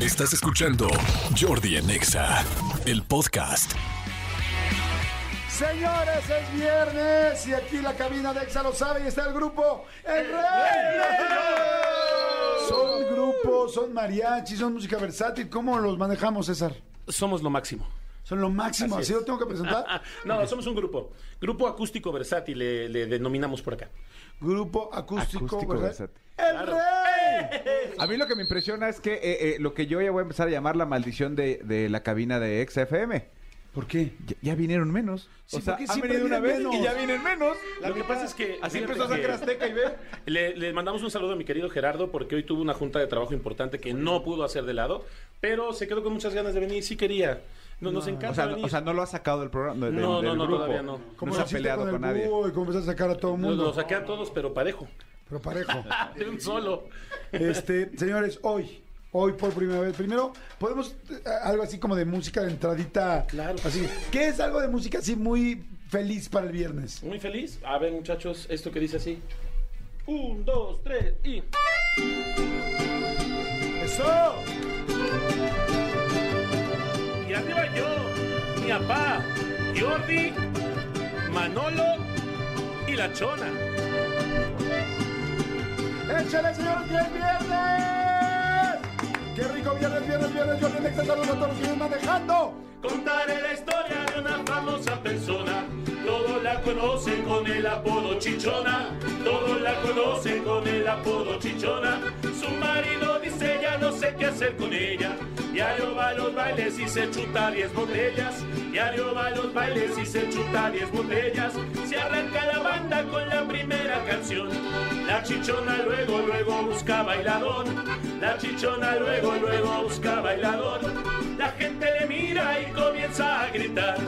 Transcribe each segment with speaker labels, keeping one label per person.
Speaker 1: Estás escuchando Jordi en Exa, el podcast.
Speaker 2: Señores, es viernes y aquí la cabina de Exa lo sabe y está el grupo El Rey. Son grupos, son mariachi, son música versátil. ¿Cómo los manejamos, César?
Speaker 3: Somos lo máximo.
Speaker 2: Son lo máximo, así,
Speaker 3: Así
Speaker 2: lo tengo que presentar.
Speaker 3: No, somos un grupo. Grupo acústico versátil, le, le denominamos por acá.
Speaker 2: Grupo acústico,
Speaker 4: Acústico
Speaker 2: ¿verdad?
Speaker 4: versátil.
Speaker 2: ¡El Rey!
Speaker 4: A mí lo que me impresiona es que eh, eh, lo que yo ya voy a empezar a llamar la maldición de, de la cabina de XFM.
Speaker 2: ¿Por qué?
Speaker 4: Ya, ya vinieron menos.
Speaker 2: Sí,
Speaker 4: o sea,
Speaker 2: porque
Speaker 4: han
Speaker 2: siempre
Speaker 4: venido una vez
Speaker 2: vienen
Speaker 4: y
Speaker 2: menos.
Speaker 4: ya vienen menos.
Speaker 3: Lo que pasa es que. fíjate
Speaker 4: Así empezó a
Speaker 3: que
Speaker 4: sacar Azteca y ve.
Speaker 3: Le, le mandamos un saludo a mi querido Gerardo porque hoy tuvo una junta de trabajo importante que no pudo hacer de lado, pero se quedó con muchas ganas de venir. Sí quería. No, Nos encanta
Speaker 4: O sea, no-
Speaker 3: venir.
Speaker 4: o sea, no lo ha sacado del programa. del-
Speaker 3: No,
Speaker 4: del
Speaker 3: no, no,
Speaker 4: grupo.
Speaker 3: todavía no.
Speaker 4: No se ha
Speaker 2: hiciste
Speaker 4: peleado con,
Speaker 2: el
Speaker 4: nadie.
Speaker 2: búho y comenzó a sacar a todo el
Speaker 3: Lo,
Speaker 2: mundo.
Speaker 3: lo saqué a todos, pero parejo.
Speaker 2: Pero parejo.
Speaker 3: De un solo.
Speaker 2: Este, señores, hoy, hoy por primera vez. Primero, podemos eh, algo así como de música de entradita.
Speaker 3: Claro.
Speaker 2: Así. ¿Qué es algo de música así muy feliz para el viernes?
Speaker 3: Muy feliz. A ver, muchachos, esto que dice así. Un, dos, tres y.
Speaker 2: ¡Eso!
Speaker 3: Y arriba yo, mi papá, Jordi, Manolo y la chona.
Speaker 2: ¡Échale, señores, que es viernes! ¡Qué rico viernes, viernes, viernes! Yo les saludos a todos los que vienen manejando.
Speaker 3: Contaré la historia de una famosa persona. Todos la conocen con el apodo Chichona. Todos la conocen con el apodo Chichona. Su marido dice ya no sé qué hacer con ella. Diario va a los bailes y se chuta 10 botellas. Diario va a los bailes y se chuta 10 botellas. Se arranca la banda con la primera canción. La chichona luego, luego busca bailador. La chichona luego, luego busca bailador. La gente le mira y comienza a gritar.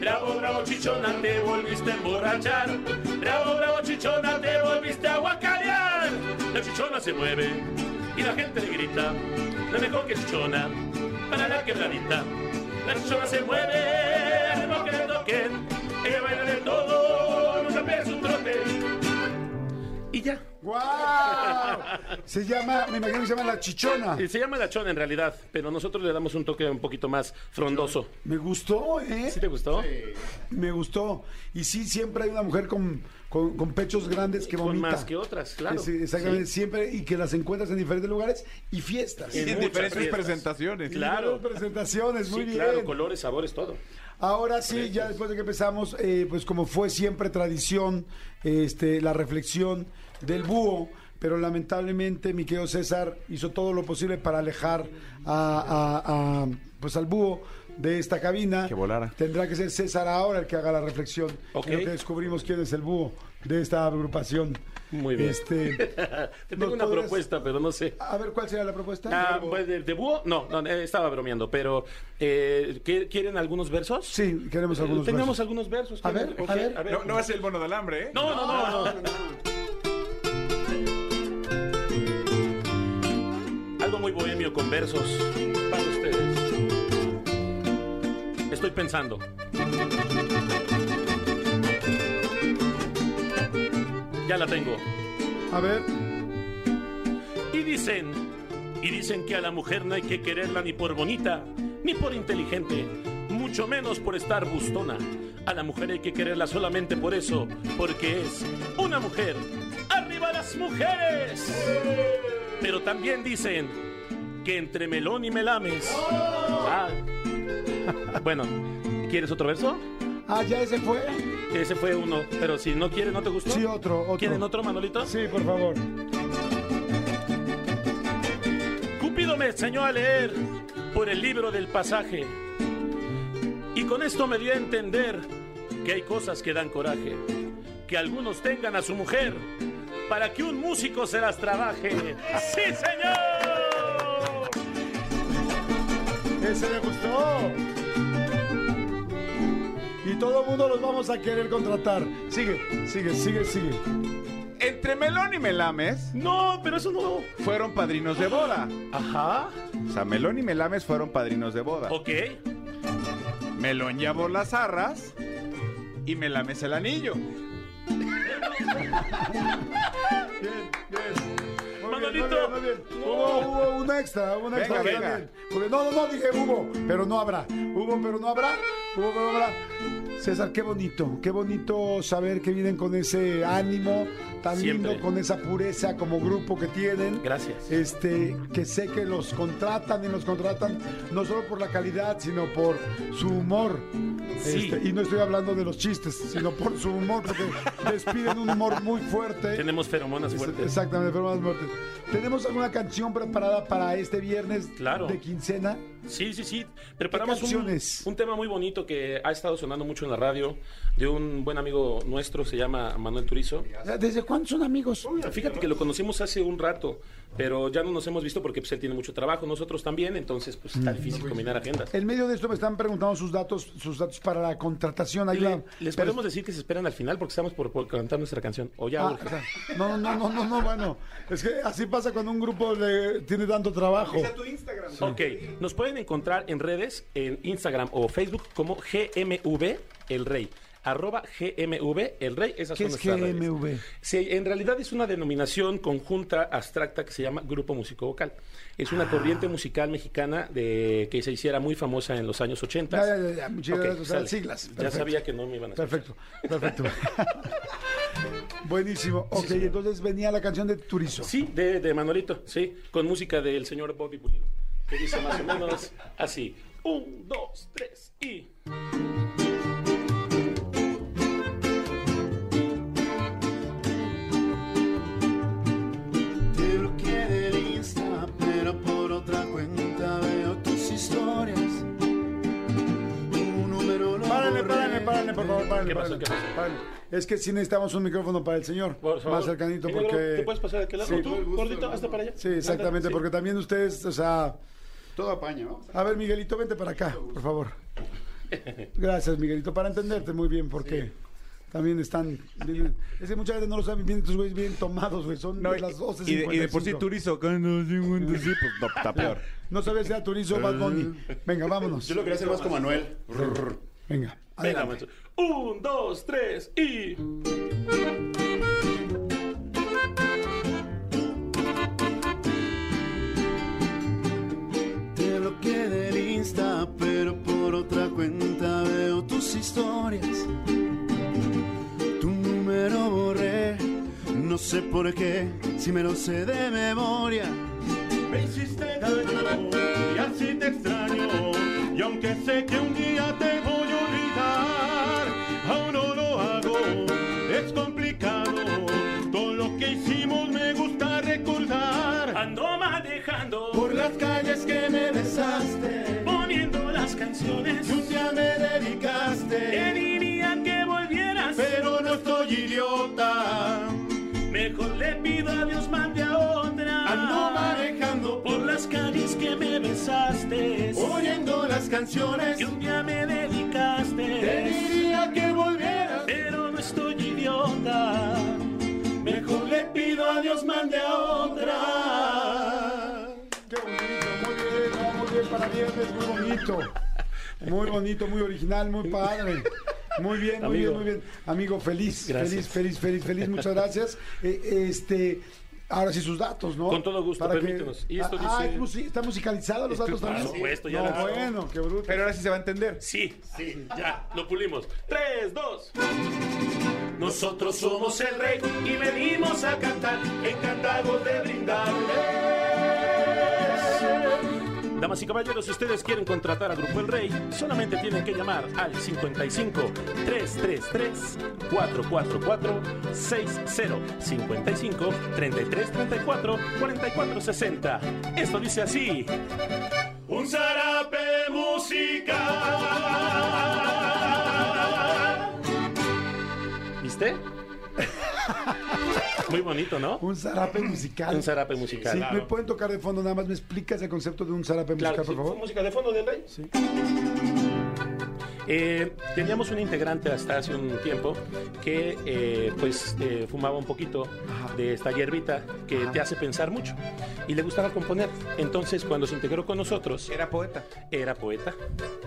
Speaker 3: Bravo, bravo, chichona, te volviste a emborrachar. Bravo, bravo, chichona, te volviste a guacarear. La chichona se mueve y la gente le grita. La mejor que chichona para la quebradita. La chichona se mueve, no que le toquen. Ella baila de todo, nunca pierde su trote. Y ya.
Speaker 2: ¡Guau! Se llama, me imagino que se llama La Chichona.
Speaker 3: Se llama la chona en realidad, pero nosotros le damos un toque un poquito más frondoso.
Speaker 2: Me gustó, ¿eh?
Speaker 3: ¿Sí te gustó?
Speaker 2: Me gustó. Y sí, siempre hay una mujer con, con- con pechos grandes que
Speaker 3: Con
Speaker 2: vomita.
Speaker 3: más que otras, claro.
Speaker 2: Que sí, exactamente, siempre, y que las encuentras en diferentes lugares y fiestas.
Speaker 3: Y
Speaker 4: En
Speaker 3: muchas
Speaker 4: diferentes
Speaker 3: fiestas.
Speaker 4: presentaciones.
Speaker 3: Claro.
Speaker 2: Diferentes presentaciones, muy
Speaker 3: Sí,
Speaker 2: bien.
Speaker 3: claro, colores, sabores, todo.
Speaker 2: Ahora sí, ya después de que empezamos, eh, pues como fue siempre tradición, este, la reflexión del búho, pero lamentablemente mi querido César hizo todo lo posible para alejar a, a- a, pues al búho de esta cabina.
Speaker 4: Que volara.
Speaker 2: Tendrá que ser César ahora el que haga la reflexión.
Speaker 3: Ok.
Speaker 2: Creo que descubrimos quién es el búho de esta agrupación.
Speaker 3: Muy bien.
Speaker 2: Este,
Speaker 3: Te tengo
Speaker 2: ¿Nos
Speaker 3: una
Speaker 2: podrías-
Speaker 3: propuesta, pero no sé.
Speaker 2: a ver, ¿cuál será la propuesta?
Speaker 3: Ah, pues, ¿de, de búho? No, no, eh, estaba bromeando, pero eh, ¿qué- ¿quieren algunos versos?
Speaker 2: Sí, queremos algunos.
Speaker 3: Eh, Tenemos
Speaker 2: versos.
Speaker 3: algunos versos.
Speaker 2: A
Speaker 3: que-
Speaker 2: ver,
Speaker 3: ok,
Speaker 2: a ver.
Speaker 4: No, no es el bono del hambre, ¿eh?
Speaker 3: No, no, no, no. Algo muy bohemio con versos para ustedes. Estoy pensando. Ya la tengo.
Speaker 2: A ver,
Speaker 3: Y dicen, y dicen que a la mujer no hay que quererla ni por bonita, ni por inteligente, mucho menos por estar bustona. A la mujer hay que quererla solamente por eso, porque es una mujer. ¡Arriba las mujeres! Pero también dicen que entre melón y melames. Ah. Bueno, ¿quieres otro verso?
Speaker 2: ah, ya ese fue.
Speaker 3: Ese fue uno, pero si no quieres, ¿no te gustó?
Speaker 2: Sí, otro, otro.
Speaker 3: ¿Quieren otro, Manolito?
Speaker 2: Sí, por favor.
Speaker 3: Cupido me enseñó a leer por el libro del pasaje. Y con esto me dio a entender que hay cosas que dan coraje. Que algunos tengan a su mujer para que un músico se las trabaje. ¡Sí, señor!
Speaker 2: Ese me gustó. Y todo el mundo los vamos a querer contratar. Sigue, sigue, sigue, sigue.
Speaker 4: Entre Melón y Melames
Speaker 3: No, pero eso no.
Speaker 4: fueron padrinos de boda.
Speaker 3: Ajá.
Speaker 4: O sea, Melón y Melames fueron padrinos de boda.
Speaker 3: Ok.
Speaker 4: Melón llevó las arras y Melames el anillo.
Speaker 2: Bien, bien. Muy
Speaker 3: Manolito.
Speaker 2: muy bien, muy bien. Hubo, hubo un extra, hubo un extra. está
Speaker 4: Venga, venga.
Speaker 2: bien. Porque no, no, no, dije hubo, pero no habrá. Hubo, pero no habrá. Hubo, pero no habrá. César, qué bonito, qué bonito saber que vienen con ese ánimo tan
Speaker 3: Siempre.
Speaker 2: lindo, con esa pureza como grupo que tienen.
Speaker 3: Gracias.
Speaker 2: Este, que sé que los contratan y los contratan no solo por la calidad, sino por su humor.
Speaker 3: Sí.
Speaker 2: Este, y no estoy hablando de los chistes, sino por su humor, porque despiden un humor muy fuerte.
Speaker 3: Tenemos feromonas
Speaker 2: Es-
Speaker 3: fuertes.
Speaker 2: Exactamente, pero más muertes. ¿Tenemos alguna canción preparada para este viernes
Speaker 3: Claro.
Speaker 2: de quincena?
Speaker 3: Sí, sí, sí. Preparamos
Speaker 2: ¿Qué
Speaker 3: un,
Speaker 2: canciones?
Speaker 3: un tema muy bonito que ha estado sonando mucho en la radio de un buen amigo nuestro, se llama Manuel Turizo.
Speaker 2: ¿Desde cuándo son amigos?
Speaker 3: Fíjate que lo conocimos hace un rato, pero ya no nos hemos visto porque pues, él tiene mucho trabajo, nosotros también, entonces pues
Speaker 2: Mm.
Speaker 3: está difícil combinar agendas.
Speaker 2: En medio de esto me están preguntando sus datos, sus datos para la contratación. Ahí
Speaker 3: Le-
Speaker 2: la-
Speaker 3: Eh, les
Speaker 2: pero-
Speaker 3: podemos decir que se esperan al final porque estamos por, por cantar nuestra canción. O ya,
Speaker 2: Ah,
Speaker 3: urge.
Speaker 2: o sea, no, no, no, no, no, bueno. Es que así pasa cuando un grupo le tiene tanto trabajo.
Speaker 3: Ok, nos pueden encontrar en redes, en Instagram o Facebook como GMV El Rey. Arroba GMV El Rey. Esas
Speaker 2: ¿Qué
Speaker 3: son
Speaker 2: es
Speaker 3: nuestras redes.
Speaker 2: GMV?
Speaker 3: Sí, en realidad es una denominación conjunta abstracta que se llama Grupo Músico Vocal. Es
Speaker 2: Ah.
Speaker 3: una corriente musical mexicana de que se hiciera muy famosa en los años 80.
Speaker 2: Ya, ya, ya, ya, muchas
Speaker 3: Ok,
Speaker 2: gracias, o sea,
Speaker 3: sale.
Speaker 2: siglas.
Speaker 3: Ya
Speaker 2: Perfecto.
Speaker 3: sabía que no me iban a
Speaker 2: Perfecto, perfecto. Buenísimo. Ok, entonces venía la canción de Turizo.
Speaker 3: Sí, de, de Manolito, sí, con música del señor Bobby Pulido, que dice más o menos así. Un, dos, tres y...
Speaker 5: Te bloqueé del Insta, pero por otra cuenta veo tus historias. Tu número lo
Speaker 2: Párenle,
Speaker 5: borré.
Speaker 2: párenle, párenle, por favor, párenle.
Speaker 3: ¿Qué pasó?
Speaker 2: párenle.
Speaker 3: ¿Qué pasó?
Speaker 2: Párenle. Es que sí necesitamos un micrófono para el señor.
Speaker 3: Por favor.
Speaker 2: Más cercanito,
Speaker 3: Mi negro,
Speaker 2: porque.
Speaker 3: ¿Te puedes pasar de aquel lado?
Speaker 2: Sí.
Speaker 3: ¿Tú, gordito, hasta para allá?
Speaker 2: Sí, exactamente,
Speaker 3: Ándale, sí.
Speaker 2: porque también ustedes, o sea.
Speaker 5: Todo apaña, vamos.
Speaker 2: A ver, Miguelito, vente para acá, por favor. Gracias, Miguelito, para entenderte muy bien, porque también están. vienen- es que mucha gente no lo sabe, vienen estos güeyes bien tomados, güey. Son de las 12.
Speaker 6: y, de, y de por sí Turizo, con los 50, sí, pues no, está peor.
Speaker 2: No sabes si era Turizo o Bad Bunny. Venga, vámonos.
Speaker 5: Yo lo quería hacer más como Manuel. Brr.
Speaker 2: Venga.
Speaker 3: Venga,
Speaker 2: adelante.
Speaker 3: maestro. Un, dos, tres y...
Speaker 5: Te bloqueé del Insta, pero por otra cuenta veo tus historias. Tu número borré, no sé por qué, si me lo sé de memoria.
Speaker 7: Me hiciste daño y así te extraño. Y aunque sé que un día te voy a olvidar, aún no lo hago. Es complicado. Todo lo que hicimos me gusta recordar.
Speaker 3: Ando manejando,
Speaker 7: Por las calles que me besaste,
Speaker 3: poniendo las canciones.
Speaker 7: que un día me dedicaste.
Speaker 3: Te diría que volvieras,
Speaker 7: Pero no estoy idiota.
Speaker 3: mejor le pido a Dios mande a otra.
Speaker 7: Ando manejando,
Speaker 3: por las calles que me besaste,
Speaker 7: oyendo las canciones.
Speaker 3: que un día me dedicaste.
Speaker 7: Te diría que volvieras.
Speaker 3: Pero no estoy idiota. Mejor le pido a Dios mande a otra.
Speaker 2: Qué bonito, muy bien, no, muy bien para viernes, muy bonito. Muy bonito, muy original, muy padre. Muy bien, muy
Speaker 3: Amigo.
Speaker 2: bien, muy bien. Amigo, feliz,
Speaker 3: Gracias.
Speaker 2: feliz, feliz, feliz, feliz, muchas gracias. Eh, este, ahora sí sus datos, ¿no?
Speaker 3: Con todo gusto,
Speaker 2: que-
Speaker 3: permítenos. Y esto
Speaker 2: ah,
Speaker 3: dice-
Speaker 2: es musi- está musicalizado los datos
Speaker 3: por
Speaker 2: también.
Speaker 3: supuesto, ya
Speaker 2: No,
Speaker 3: la-
Speaker 2: bueno, qué bruto.
Speaker 4: Pero ahora sí se va a entender.
Speaker 3: Sí, sí, ya, lo pulimos. Tres, dos. Nosotros somos el rey y venimos a cantar, encantados de brindarles. Damas y caballeros, si ustedes quieren contratar a Grupo El Rey, solamente tienen que llamar al 55 333 444 60 55 33 34 44 60. Esto dice así.
Speaker 7: Un zarape musical.
Speaker 3: ¿Viste? Muy bonito, ¿no?
Speaker 2: Un zarape musical.
Speaker 3: Un zarape musical.
Speaker 2: Sí,
Speaker 3: Claro.
Speaker 2: me pueden tocar de fondo, nada más me explicas el concepto de un zarape
Speaker 3: Claro,
Speaker 2: musical, por
Speaker 3: sí.
Speaker 2: favor.
Speaker 3: música de fondo del rey. Sí. Eh, teníamos un integrante hasta hace un tiempo que eh, pues eh, fumaba un poquito de esta hierbita que te hace pensar mucho y le gustaba componer. Entonces cuando se integró con nosotros
Speaker 8: Era poeta.
Speaker 3: era poeta,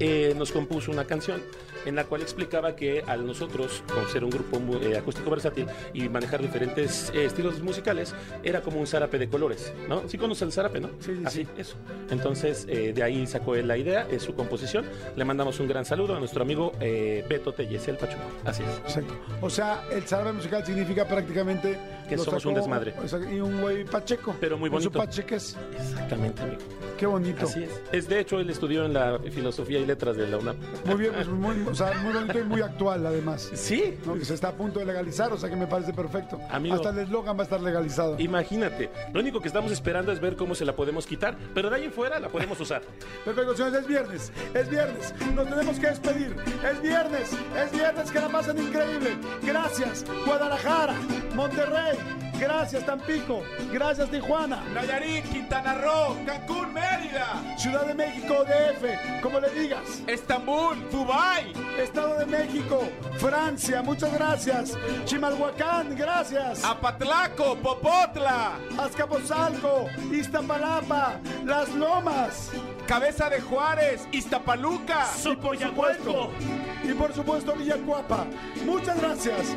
Speaker 3: eh, nos compuso una canción en la cual explicaba que al nosotros, por ser un grupo mu- eh, acústico versátil y manejar diferentes eh, estilos musicales, era como un zarape de colores, ¿no? Sí conoce el zarape, ¿no?
Speaker 2: Sí, sí,
Speaker 3: Así,
Speaker 2: sí.
Speaker 3: eso. Entonces, eh, de ahí sacó él la idea, es su composición. Le mandamos un gran saludo a nuestro amigo eh, Beto Telles, el Pachuco. Así es.
Speaker 2: Exacto. O sea, el salve musical significa prácticamente.
Speaker 3: Que
Speaker 2: lo
Speaker 3: somos un desmadre.
Speaker 2: o sea, Y un güey pacheco.
Speaker 3: Pero muy
Speaker 2: Con su
Speaker 3: bonito.
Speaker 2: pacheques.
Speaker 3: Exactamente, amigo.
Speaker 2: Qué bonito.
Speaker 3: Así es. Es, de hecho, él estudió en la filosofía y letras de la UNAM.
Speaker 2: Muy bien, pues muy, o sea, muy bonito y muy actual además.
Speaker 3: Sí,
Speaker 2: ¿no? Que se está a punto de legalizar, o sea que me parece perfecto.
Speaker 3: Amigo.
Speaker 2: Hasta el eslogan va a estar legalizado.
Speaker 3: Imagínate, lo único que estamos esperando es ver cómo se la podemos quitar, pero de ahí en fuera la podemos usar.
Speaker 2: Perfecto, señores, es viernes, es viernes, nos tenemos que despedir. Es viernes, es viernes, que la pasen increíble. Gracias, Guadalajara, Monterrey, gracias, Tampico, gracias, Tijuana,
Speaker 4: Nayarit, Quintana Roo, Cancún, Mérida,
Speaker 2: Ciudad de México, DF, como le digas,
Speaker 4: Estambul, Dubai.
Speaker 2: Estado de México, Francia, muchas gracias, Chimalhuacán, gracias.
Speaker 4: Ah. Apatlaco, Popotla,
Speaker 2: Azcapotzalco, Iztapalapa, Las Lomas.
Speaker 4: Cabeza de Juárez, Iztapaluca.
Speaker 2: supuesto. Y por supuesto Villacuapa. Muchas gracias.